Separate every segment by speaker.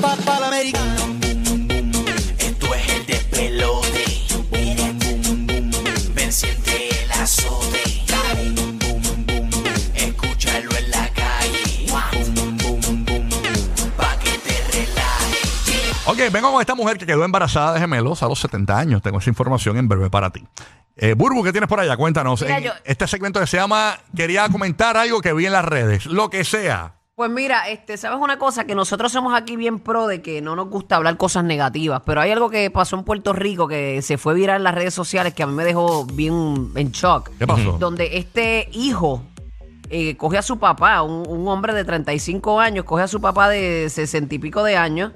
Speaker 1: Papá el americano. Esto es el despelote. Mira, boom, boom, boom. Ven, siente el azote. Boom, boom, boom, boom. Escúchalo en la calle. Boom, boom, boom, boom. Pa' que te relajes.
Speaker 2: Ok, vengo con esta mujer que quedó embarazada de gemelos a los 70 años. Tengo esa información en breve para ti. Eh, Burbu, ¿qué tienes por allá? Cuéntanos.
Speaker 3: Mira,
Speaker 2: En
Speaker 3: yo-
Speaker 2: Este segmento que se llama Quería comentar algo que vi en las redes. Lo que sea.
Speaker 3: Pues mira, este, sabes una cosa que nosotros somos aquí bien pro de que no nos gusta hablar cosas negativas, pero hay algo que pasó en Puerto Rico que se fue viral en las redes sociales que a mí me dejó bien en shock.
Speaker 2: ¿Qué pasó?
Speaker 3: Donde este hijo eh, coge a su papá, un, un hombre de 35 años, coge a su papá de 60 y pico de años,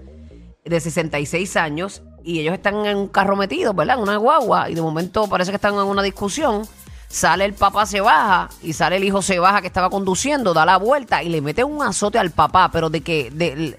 Speaker 3: de 66 años, y ellos están en un carro metido, ¿verdad? En una guagua, y de momento parece que están en una discusión. Sale el papá, se baja, y sale el hijo, se baja que estaba conduciendo, da la vuelta y le mete un azote al papá, pero de que. De,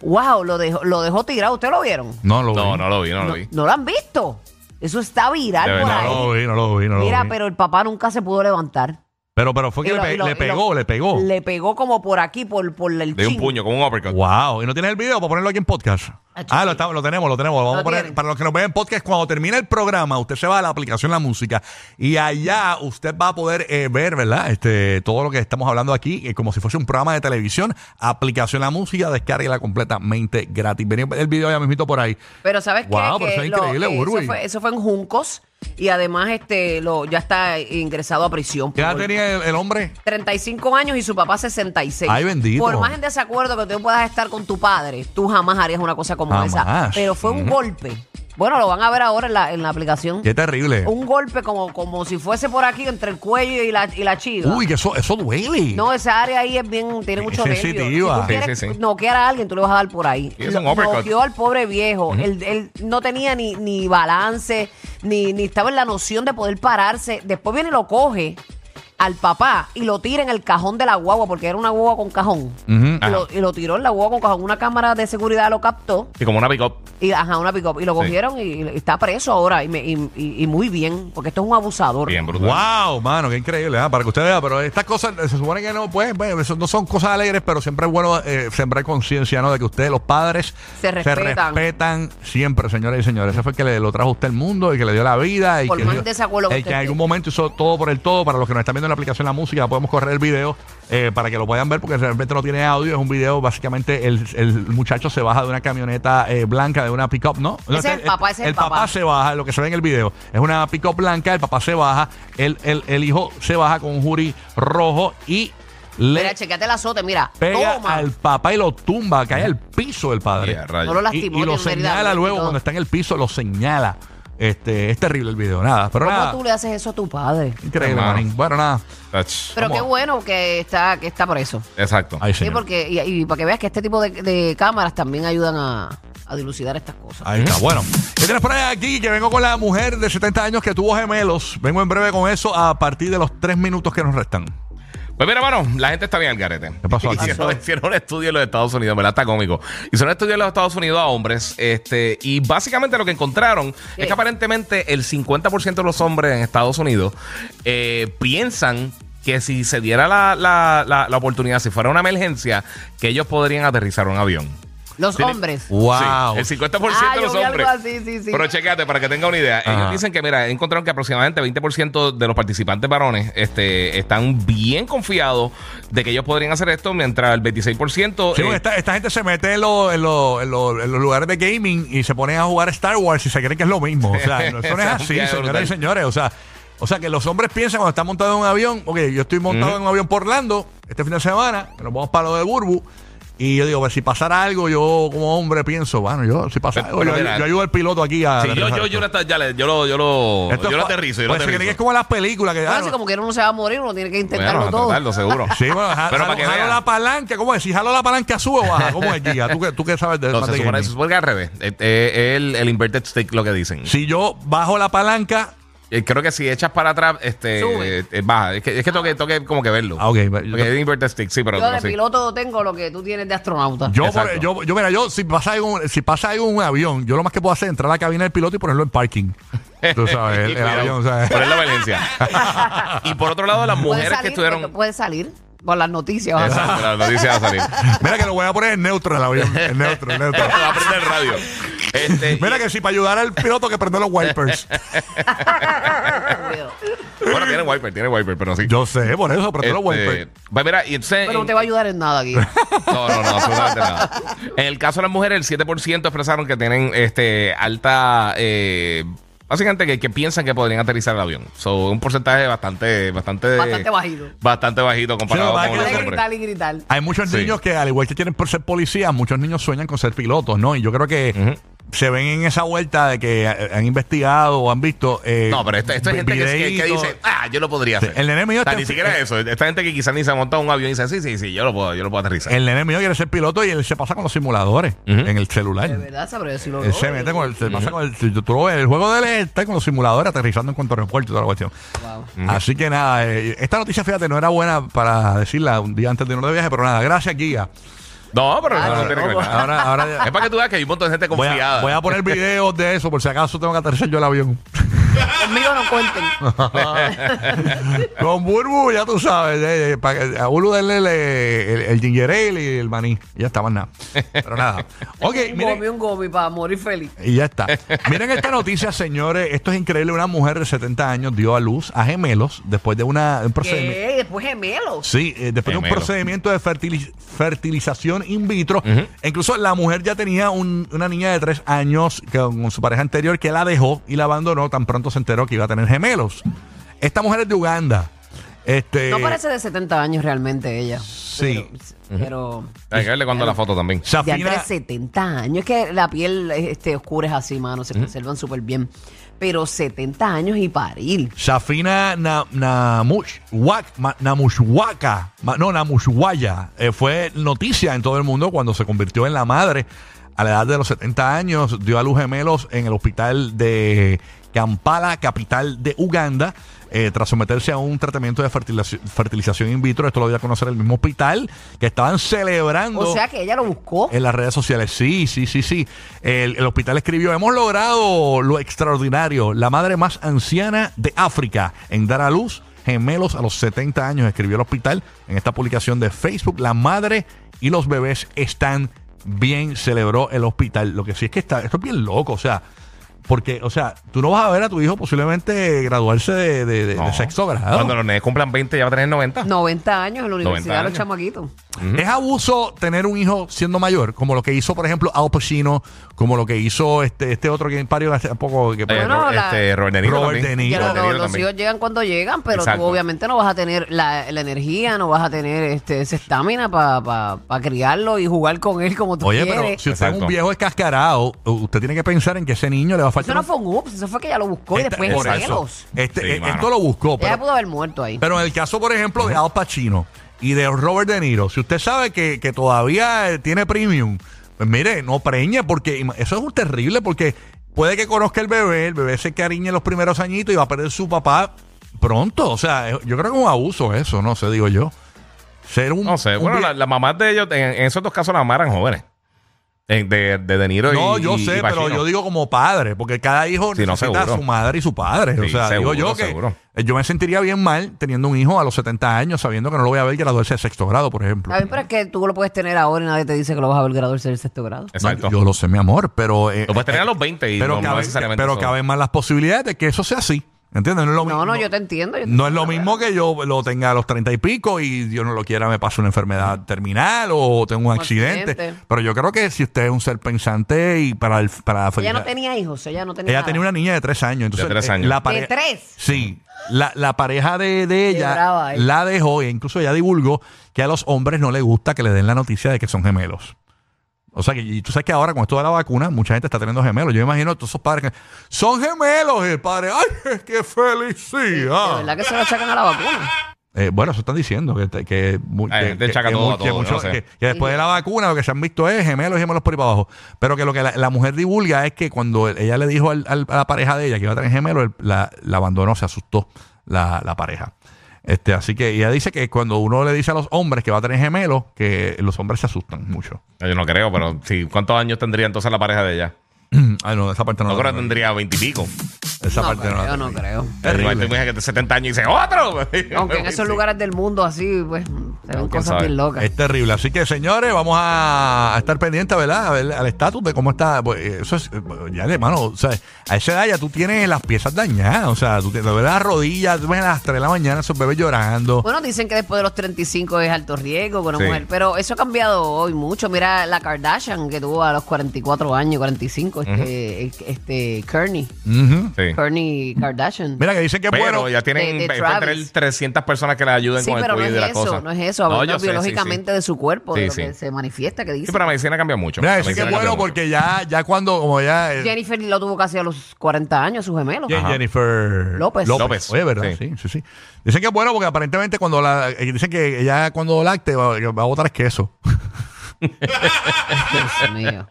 Speaker 3: ¡Wow! Lo dejó, lo dejó tirado. ¿Ustedes lo vieron?
Speaker 2: No lo
Speaker 4: No,
Speaker 2: vi.
Speaker 4: no lo vi, no lo vi.
Speaker 3: ¿No lo han visto? Eso está
Speaker 4: De
Speaker 3: viral por
Speaker 4: verdad,
Speaker 3: ahí.
Speaker 2: No lo vi, no lo vi, no lo
Speaker 3: Mira,
Speaker 2: vi.
Speaker 3: pero el papá nunca se pudo levantar.
Speaker 2: Pero, pero fue que
Speaker 3: Y
Speaker 2: le,
Speaker 3: lo-
Speaker 2: pe-
Speaker 3: y lo-
Speaker 2: le
Speaker 3: y lo-
Speaker 2: pegó, le pegó.
Speaker 3: Le pegó como por aquí, por, por el
Speaker 4: De un
Speaker 3: chin.
Speaker 4: puño, con un uppercut.
Speaker 2: Wow. ¿Y no tienes el video para ponerlo aquí en podcast?
Speaker 3: Ah,
Speaker 2: Ah,
Speaker 3: sí.
Speaker 2: lo, está- lo tenemos, lo tenemos. Vamos
Speaker 3: Lo
Speaker 2: a poner,
Speaker 3: tienen.
Speaker 2: para los que nos ven en podcast, cuando termine el programa, usted se va a la aplicación La Música y allá usted va a poder eh, ver, ¿verdad? Este, todo lo que estamos hablando aquí, eh, como si fuese un programa de televisión. Aplicación La Música, descárguela completamente gratis. Vení el video ya mismito por ahí.
Speaker 3: Pero sabes
Speaker 2: Guau,
Speaker 3: qué?
Speaker 2: pero
Speaker 3: que
Speaker 2: eso es increíble,
Speaker 3: eh, eso,
Speaker 2: Burbu.
Speaker 3: fue, eso fue en Juncos y además este lo ya está ingresado a prisión.
Speaker 2: ¿Qué edad
Speaker 3: por-
Speaker 2: tenía el, el hombre?
Speaker 3: 35 años y su papá 66.
Speaker 2: Ay, bendito.
Speaker 3: Por más en desacuerdo que tú puedas estar con tu padre, tú jamás harías una cosa como
Speaker 2: Jamás. Mm.
Speaker 3: esa. Pero fue un golpe. Bueno, lo van a ver ahora en la, en la aplicación.
Speaker 2: Qué terrible.
Speaker 3: Un golpe como, como si fuese por aquí entre el cuello y la, y la chiva.
Speaker 2: Uy, que eso, eso duele.
Speaker 3: No, esa área ahí es bien, tiene
Speaker 2: Es
Speaker 3: mucho nervio.
Speaker 2: sensitiva.
Speaker 3: Si tú quieres
Speaker 4: Sí, sí, sí.
Speaker 3: noquear a alguien, tú le vas a dar por ahí.
Speaker 4: Sí, es un
Speaker 3: Lo-
Speaker 4: uppercut.
Speaker 3: Noqueó al pobre viejo. él, él no tenía ni, ni balance, ni, ni estaba en la noción de poder pararse. Después viene y lo coge al papá y lo tira en el cajón de la guagua, porque era una guagua con cajón.
Speaker 2: Ujú.
Speaker 3: y, lo, y lo tiró en la guagua con cajón. Una cámara de seguridad lo captó.
Speaker 4: Y como una pick-up.
Speaker 3: Y, ajá, una pick up. Y lo cogieron y, y está preso ahora. Y, me- y- y- y muy bien, porque esto es un abusador.
Speaker 4: Bien, brutal.
Speaker 2: Wow, mano, qué increíble, ¿ah? para que usted vea, pero estas cosas eh, se supone que no, pues, bueno, eso no son cosas alegres, pero siempre es bueno eh, sembrar conciencia, ¿no? De que ustedes, los padres,
Speaker 3: Se respetan.
Speaker 2: respetan siempre, señores y señores. Ese fue el que le, lo trajo a usted el mundo y que le dio la vida. Y
Speaker 3: Por
Speaker 2: que,
Speaker 3: más
Speaker 2: dio-
Speaker 3: desacuerdo que
Speaker 2: el
Speaker 3: usted
Speaker 2: que en
Speaker 3: esté.
Speaker 2: algún momento hizo todo por el todo. Para los que nos están viendo en la aplicación La Música, podemos correr el video eh, para que lo puedan ver, porque realmente no tiene audio, es un video, básicamente el, el muchacho se baja de una camioneta eh, blanca, de una pick-up, ¿no? No, este,
Speaker 3: Ese es el papá, ese es el
Speaker 2: papá
Speaker 3: papá.
Speaker 2: se baja, lo que se ve en el video, es una pick-up blanca, el papá se baja, el, el, el hijo se baja con un jury rojo y le
Speaker 3: Mira, chequeate el azote, mira.
Speaker 2: pega
Speaker 3: Toma.
Speaker 2: al papá y lo tumba, cae al piso el padre.
Speaker 4: Yeah, rayos.
Speaker 3: No lo
Speaker 2: y,
Speaker 3: lastimó.
Speaker 2: y
Speaker 3: tiene
Speaker 2: lo
Speaker 3: una herida
Speaker 2: señala
Speaker 3: abierta y
Speaker 2: luego
Speaker 3: todo.
Speaker 2: cuando está en el piso, lo señala. Este, es terrible el video, nada. Pero
Speaker 3: ¿Cómo
Speaker 2: nada,
Speaker 3: tú le haces eso a tu padre?
Speaker 2: increíble,
Speaker 4: Hermano.
Speaker 2: manín. Bueno, nada.
Speaker 4: Ach.
Speaker 3: Pero
Speaker 2: ¿Cómo?
Speaker 3: qué bueno que está, que está preso.
Speaker 4: Exacto.
Speaker 2: Ay,
Speaker 3: Sí,
Speaker 2: señor.
Speaker 3: porque, y, y para que veas que este tipo de, de cámaras también ayudan a, a dilucidar estas cosas.
Speaker 2: Ahí está, bueno. ¿Qué tienes por ahí aquí? Que vengo con la mujer de 70 años que tuvo gemelos. Vengo en breve con eso a partir de los tres minutos que nos restan.
Speaker 4: Pues mira, hermano, la gente está bien al garete.
Speaker 2: ¿Qué pasó aquí?
Speaker 4: Hicieron, hicieron un estudio en los Estados Unidos, en ¿verdad? Está cómico. Hicieron un estudio en los Estados Unidos a hombres este, y básicamente lo que encontraron
Speaker 3: ¿Qué?
Speaker 4: es que aparentemente el 50% de los hombres en Estados Unidos eh, piensan que si se diera la, la- la- la oportunidad, si fuera una emergencia, que ellos podrían aterrizar un avión.
Speaker 3: Los
Speaker 4: tiene-
Speaker 3: hombres.
Speaker 2: Wow.
Speaker 4: Sí, el 50%
Speaker 3: Ah,
Speaker 4: de
Speaker 3: yo
Speaker 4: los
Speaker 3: vi algo
Speaker 4: hombres.
Speaker 3: así, sí, sí.
Speaker 4: Pero checate para que tenga una idea.
Speaker 2: Ajá.
Speaker 4: Ellos dicen que, mira, encontraron que aproximadamente 20% de los participantes varones este, están bien confiados de que ellos podrían hacer esto, mientras el 26%.
Speaker 2: Sí,
Speaker 4: eh,
Speaker 2: porque esta, esta gente se mete en, lo- en lo- en lo- en los lugares de gaming y se ponen a jugar Star Wars y se creen que es lo mismo. O sea, no, eso no es así,
Speaker 4: Qué
Speaker 2: señoras y
Speaker 4: brutal.
Speaker 2: señores. O sea, o sea, que los hombres piensan cuando están montados en un avión, ok, yo estoy montado en un avión por Orlando este fin de semana, que nos vamos para lo de Burbu. Y yo digo, pues, si pasara algo, yo como hombre pienso, bueno, yo si pasa
Speaker 4: Pero,
Speaker 2: algo, yo,
Speaker 4: pero Pues, mira,
Speaker 2: yo ayudo al piloto aquí a...
Speaker 4: Sí, yo, yo, yo, lo- ya le- yo lo, yo lo,
Speaker 2: Esto
Speaker 4: yo lo
Speaker 2: es pa-
Speaker 4: aterrizo. Yo lo
Speaker 2: pues, se cree que
Speaker 4: aterrizo.
Speaker 2: es como las películas que... ah,
Speaker 3: Bueno,
Speaker 2: no.
Speaker 3: si como que uno no se va a morir, uno tiene que intentarlo
Speaker 4: Bueno,
Speaker 3: todo.
Speaker 4: tratarlo, seguro.
Speaker 2: Sí, bueno, ja- jalo,
Speaker 4: Pero para que
Speaker 2: jalo
Speaker 4: vean.
Speaker 2: la palanca, ¿cómo es? Si jalo la palanca, sube o baja. ¿Cómo es, Giga? ¿Tú, qué- tú qué sabes de
Speaker 4: No,
Speaker 2: más
Speaker 4: se
Speaker 2: de
Speaker 4: supone, se
Speaker 2: gaming?
Speaker 4: supone que al revés. Eh, eh, el, el inverted stick, lo que dicen.
Speaker 2: Si yo bajo la palanca...
Speaker 4: Eh, creo que si echas para atrás, este,
Speaker 3: Sube.
Speaker 4: eh, baja. Es que, es que tengo, que tengo que como que verlo.
Speaker 2: Ah, ok.
Speaker 4: Porque es inverted stick, sí, pero
Speaker 3: Yo de
Speaker 4: no sé.
Speaker 3: piloto tengo lo que tú tienes de astronauta.
Speaker 2: Yo,
Speaker 4: Exacto.
Speaker 2: por- yo, yo, mira, yo, si pasa, algo, si pasa algo en un avión, yo lo más que puedo hacer es entrar a la cabina del piloto y ponerlo en parking. Tú sabes, el, el
Speaker 4: Cuidado,
Speaker 2: avión, ¿sabes?
Speaker 4: Pero es la violencia. y por otro lado, las
Speaker 3: Puede
Speaker 4: mujeres que
Speaker 3: salir,
Speaker 4: estuvieron.
Speaker 3: Puede salir por las noticias. o sea.
Speaker 4: Exacto, la noticia va a salir.
Speaker 2: Mira que lo voy a poner en neutro el avión. En neutro, en neutro.
Speaker 4: Va a prender el radio. Este, y-
Speaker 2: Mira que si para ayudar al piloto que prende los wipers.
Speaker 4: Bueno, tiene wiper, tiene wiper, pero sí.
Speaker 2: Yo sé, por eso, prende los
Speaker 4: Este,
Speaker 2: wipers.
Speaker 4: pues mira, y entonces.
Speaker 3: Pero no te va a ayudar en nada aquí.
Speaker 4: No, no, no, absolutamente nada. En el caso de las mujeres, el 7% expresaron que tienen este alta. eh, básicamente que, que piensan que podrían aterrizar el avión. So, un porcentaje bastante. Bastante,
Speaker 3: Bastante bajito.
Speaker 4: Bastante bajito comparado
Speaker 2: Sí, lo que pasa
Speaker 4: con los
Speaker 2: es
Speaker 3: Puedes
Speaker 2: hombre.
Speaker 4: hombres.
Speaker 3: gritar y gritar.
Speaker 2: Hay muchos
Speaker 4: Sí.
Speaker 2: niños que, al igual que quieren ser policías, muchos niños sueñan con ser pilotos, ¿no? Y yo creo que se ven en esa vuelta de que eh, han investigado o han visto. eh,
Speaker 4: No, pero esto, esto es gente que, que- que
Speaker 2: videitos.
Speaker 4: dice, ah, yo lo podría hacer.
Speaker 2: El nene mío
Speaker 4: O sea,
Speaker 2: está
Speaker 4: ni
Speaker 2: en-
Speaker 4: siquiera eso. Esta gente que quizás ni se ha montado un avión y dice, sí, sí, sí, yo lo puedo, yo lo puedo aterrizar.
Speaker 2: El nene mío quiere ser piloto y él se pasa con los simuladores
Speaker 4: Ujú.
Speaker 2: en el celular.
Speaker 3: De verdad, sabré si lo
Speaker 2: Él se mete con el, se pasa con el, tú lo ves, el juego de él está con los simuladores aterrizando en cuanto a aeropuerto y toda la cuestión. Así que nada, eh, esta noticia, fíjate, no era buena para decirla un día antes de irnos de viaje, pero nada, gracias, Guía.
Speaker 4: No, pero
Speaker 3: Ah,
Speaker 4: no,
Speaker 3: no,
Speaker 4: tiene que ver nada.
Speaker 2: Ahora, ahora
Speaker 4: Es para que tú veas que hay un montón de gente
Speaker 2: voy,
Speaker 4: confiada.
Speaker 2: a, voy a poner videos de eso por si acaso tengo que aterrizar yo el avión.
Speaker 3: Conmigo no cuenten.
Speaker 2: con Burbu, ya tú sabes, eh, eh, pa' que- a Burbu darle el, el, el ginger ale y el maní. Y Ya está, más nada. Pero nada. Ok,
Speaker 3: Un
Speaker 2: miren.
Speaker 3: gomi, un gomi para morir feliz.
Speaker 2: Y ya está. Miren esta noticia, señores. Esto es increíble. Una mujer de 70 años dio a luz a gemelos después de una, un procedimiento.
Speaker 3: ¿Qué? Después gemelos.
Speaker 2: Sí, eh, después de un
Speaker 4: Gemelos.
Speaker 2: procedimiento de fertiliz- fertilización in vitro.
Speaker 4: Ujú.
Speaker 2: Incluso la mujer ya tenía un- una niña de 3 años con, con su pareja anterior que la dejó y la abandonó. Tan pronto se enteró que iba a tener gemelos. Esta mujer es de Uganda. Este,
Speaker 4: Eh,
Speaker 3: No parece de 70 años realmente ella.
Speaker 2: Sí.
Speaker 3: Pero. pero
Speaker 4: Hay que verle cuando la foto también.
Speaker 3: Ya
Speaker 2: Safina-
Speaker 3: entre 70 años. Es que la piel este, oscura es así, mano. Se conservan súper bien. Pero 70 años y parir.
Speaker 2: Safina Na- Namushwak- Ma- Namushwaka, Ma- no, Namushwaya, eh, fue noticia en todo el mundo cuando se convirtió en la madre a la edad de los 70 años, dio a luz gemelos en el hospital de Kampala, capital de Uganda, eh, tras someterse a un tratamiento de fertilización, fertilización in vitro. Esto lo dio a conocer el mismo hospital, que estaban celebrando.
Speaker 3: O sea que ella lo buscó.
Speaker 2: En las redes sociales, sí, sí, sí, sí. El, el hospital escribió, hemos logrado lo extraordinario, la madre más anciana de África en dar a luz gemelos a los 70 años, escribió el hospital en esta publicación de Facebook, la madre y los bebés están bien, celebró el hospital. Lo que sí es que está, esto es bien loco, o sea, porque, o sea, tú no vas a ver a tu hijo posiblemente graduarse de, de, de- de
Speaker 4: No.
Speaker 2: sexto grado.
Speaker 4: Cuando los nenes cumplan 20 ya va a tener 90.
Speaker 3: 90 años en la
Speaker 4: 90
Speaker 3: universidad de los
Speaker 4: años.
Speaker 3: chamaquitos.
Speaker 2: ¿Es abuso tener un hijo siendo mayor? Como lo que hizo, por ejemplo, Al Pacino, como lo que hizo este, este otro que parió hace poco. Que,
Speaker 4: Eh,
Speaker 3: Bueno,
Speaker 4: Ro-
Speaker 3: la-
Speaker 4: este, Robert De Niro
Speaker 2: Robert
Speaker 4: también.
Speaker 2: De Niro.
Speaker 3: Ya
Speaker 4: Robert
Speaker 3: lo-
Speaker 4: De Niro
Speaker 3: los
Speaker 4: también.
Speaker 3: hijos llegan cuando llegan, pero
Speaker 4: Exacto.
Speaker 3: tú obviamente no vas a tener la, la energía, no vas a tener este, esa estamina para criarlo y jugar con él como tú
Speaker 2: Oye,
Speaker 3: quieres.
Speaker 2: pero si usted es
Speaker 4: Exacto.
Speaker 2: un viejo escascarado, usted tiene que pensar en que ese niño le va a
Speaker 3: eso
Speaker 2: faltar.
Speaker 3: no fue un ups, eso fue que ella lo buscó y
Speaker 2: Esta-
Speaker 3: después
Speaker 2: por eso.
Speaker 3: gemelos.
Speaker 2: Este,
Speaker 4: Sí,
Speaker 2: eh,
Speaker 4: mano.
Speaker 2: esto lo buscó.
Speaker 3: Ella
Speaker 2: Pero,
Speaker 3: pudo haber muerto ahí.
Speaker 2: pero en el caso, por ejemplo, de Al Pacino y de Robert De Niro, si usted sabe que, que todavía eh, tiene premium, pues mire, no preñe, porque ima- eso es un terrible, porque puede que conozca el bebé, el bebé se cariñe en los primeros añitos y va a perder su papá pronto. O sea, eh, yo creo que es un abuso eso, no sé, digo yo. Ser un.
Speaker 4: No sé,
Speaker 2: un
Speaker 4: bueno,
Speaker 2: vie-
Speaker 4: la- las mamás de ellos, en, en esos dos casos las mamás eran jóvenes. En- de, de De Niro y
Speaker 2: No, yo
Speaker 4: y-
Speaker 2: sé,
Speaker 4: y
Speaker 2: pero
Speaker 4: Pacino.
Speaker 2: yo digo como padre, porque cada hijo
Speaker 4: Sí, no,
Speaker 2: necesita a su
Speaker 4: seguro.
Speaker 2: madre y su padre. o
Speaker 4: Sí,
Speaker 2: sea, digo
Speaker 4: seguro,
Speaker 2: yo que
Speaker 4: seguro.
Speaker 2: eh, yo me sentiría bien mal teniendo un hijo a los 70 años sabiendo que no lo voy a ver graduarse de sexto grado, por ejemplo.
Speaker 3: A ver, pero es que tú lo puedes tener ahora y nadie te dice que lo vas a ver graduarse del sexto grado.
Speaker 2: No,
Speaker 4: Exacto.
Speaker 2: yo lo sé, mi amor, pero... eh,
Speaker 4: Lo puedes tener
Speaker 2: eh,
Speaker 4: a los 20 y
Speaker 2: pero
Speaker 4: no, no
Speaker 2: caben,
Speaker 4: necesariamente
Speaker 2: pero
Speaker 4: son-
Speaker 2: caben más las posibilidades de que eso sea así. ¿Entiendes? No es lo
Speaker 3: No,
Speaker 2: mismo.
Speaker 3: no, yo te entiendo. yo te
Speaker 2: No es lo
Speaker 3: entiendo.
Speaker 2: mismo que yo lo tenga a los treinta y pico y Dios no lo quiera, me pasa una enfermedad terminal o tengo un
Speaker 3: Un
Speaker 2: accidente.
Speaker 3: accidente.
Speaker 2: Pero yo creo que si usted es un ser pensante y para, el- para la
Speaker 3: Ella no
Speaker 2: felicidad-
Speaker 3: tenía hijos, ella no tenía
Speaker 2: ella
Speaker 3: nada.
Speaker 2: tenía una niña de tres años. Entonces,
Speaker 4: De tres
Speaker 2: eh,
Speaker 4: años.
Speaker 2: la
Speaker 3: ¿De
Speaker 2: pareja,
Speaker 3: tres?
Speaker 2: Sí. La, la pareja de, de ella
Speaker 3: brava, eh.
Speaker 2: la dejó e incluso ella divulgó que a los hombres no les gusta que le den la noticia de que son gemelos. O sea, que y tú sabes que ahora con esto de la vacuna, mucha gente está teniendo gemelos. Yo me imagino todos esos padres que son gemelos, el padre. ¡Ay, qué
Speaker 3: De
Speaker 2: felicidad!
Speaker 3: verdad que se lo sacan a la vacuna.
Speaker 2: Eh, bueno, eso están diciendo que, Eh, te- que, mu-
Speaker 4: Ay,
Speaker 2: que-
Speaker 4: gente
Speaker 2: que-
Speaker 4: chaca
Speaker 2: que
Speaker 4: todo,
Speaker 2: mu-
Speaker 4: todo,
Speaker 2: que mucho-
Speaker 4: no sé.
Speaker 2: que- que después de la vacuna lo que se han visto es gemelos y gemelos por ahí para abajo. Pero que lo que la, la mujer divulga es que cuando ella le dijo al- al- a la pareja de ella que iba a tener gemelos, el- la, la abandonó, se asustó la, la pareja. Este, así que ella dice que cuando uno le dice a los hombres que va a tener gemelos, que los hombres se asustan mucho.
Speaker 4: Yo no creo, pero sí. ¿Cuántos años tendría entonces la pareja de ella?
Speaker 2: Ay, Ah, no, esa parte no,
Speaker 4: No
Speaker 2: la
Speaker 4: creo que
Speaker 2: tengo.
Speaker 4: tendría veintipico.
Speaker 2: Esa
Speaker 3: No
Speaker 2: parte no la
Speaker 3: creo,
Speaker 2: tengo.
Speaker 3: no creo.
Speaker 4: Hay
Speaker 2: Terrible.
Speaker 4: mujeres que tienen 70 años y dicen ¡Otro!
Speaker 3: Aunque en esos
Speaker 4: Sí.
Speaker 3: lugares del mundo así, pues, se ven
Speaker 4: quién
Speaker 3: cosas
Speaker 4: sabe.
Speaker 3: bien locas.
Speaker 2: Es terrible. Así que, señores, vamos a a estar pendientes, ¿verdad? A ver al estatus de cómo está. Pues, eh, eso es, eh, ya, hermano, o sea, a esa edad ya tú tienes las piezas dañadas. O sea, tú te te ves las rodillas, tú ves a las 3 de la mañana esos bebés llorando.
Speaker 3: Bueno, dicen que después de los 35 es alto riesgo con una
Speaker 4: Sí.
Speaker 3: mujer, pero eso ha cambiado hoy mucho. Mira la Kardashian que tuvo a los 44 años, 45, este, este Kearney,
Speaker 2: Ujú.
Speaker 4: Sí.
Speaker 3: Kearney Kardashian.
Speaker 2: Mira, que dicen que,
Speaker 4: Pero
Speaker 2: bueno,
Speaker 4: ya tienen
Speaker 3: de- de
Speaker 4: pueden
Speaker 3: Travis.
Speaker 4: tener 300 personas que la ayuden
Speaker 3: sí,
Speaker 4: con el
Speaker 3: pero no
Speaker 4: cuidado
Speaker 3: es
Speaker 4: de la
Speaker 3: eso,
Speaker 4: cosa.
Speaker 3: no es eso, hablando
Speaker 4: yo sé, sí, sí.
Speaker 3: biológicamente de su cuerpo, de
Speaker 4: Sí,
Speaker 3: lo
Speaker 4: sí.
Speaker 3: que se manifiesta, que
Speaker 4: Sí,
Speaker 3: dice.
Speaker 4: pero la medicina cambia mucho.
Speaker 2: mira,
Speaker 4: La
Speaker 2: dicen que
Speaker 4: medicina cambia
Speaker 2: bueno,
Speaker 4: mucho.
Speaker 2: porque ya, ya cuando, como ya. eh,
Speaker 3: Jennifer lo tuvo casi a los 40 años, su gemelo.
Speaker 2: Jen- Jennifer
Speaker 3: López.
Speaker 4: López.
Speaker 2: Oye, ¿verdad? Sí.
Speaker 4: Sí.
Speaker 2: sí, sí, Dicen que es bueno porque aparentemente cuando la. eh, Dicen que ya cuando lacte va, va a botar es queso.
Speaker 3: Dios mío.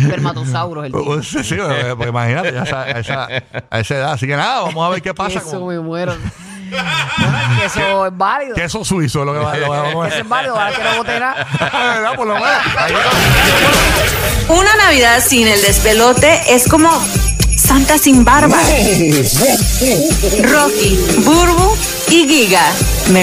Speaker 3: Espermatozauros el tipo.
Speaker 2: Sí, sí, porque imagínate, ya esa- a, esa, a esa edad. Así que nada, vamos a ver qué pasa.
Speaker 3: Eso
Speaker 2: con-
Speaker 3: me muero. Bueno, es que eso es válido. Que
Speaker 2: Queso suizo es lo que va, lo que vamos a
Speaker 3: Eso es válido, ahora que no boté nada.
Speaker 2: ¿Verdad? Por lo menos. Ahí está.
Speaker 5: Una Navidad sin el despelote es como Santa sin barba. Rocky, Burbu y Giga. Merry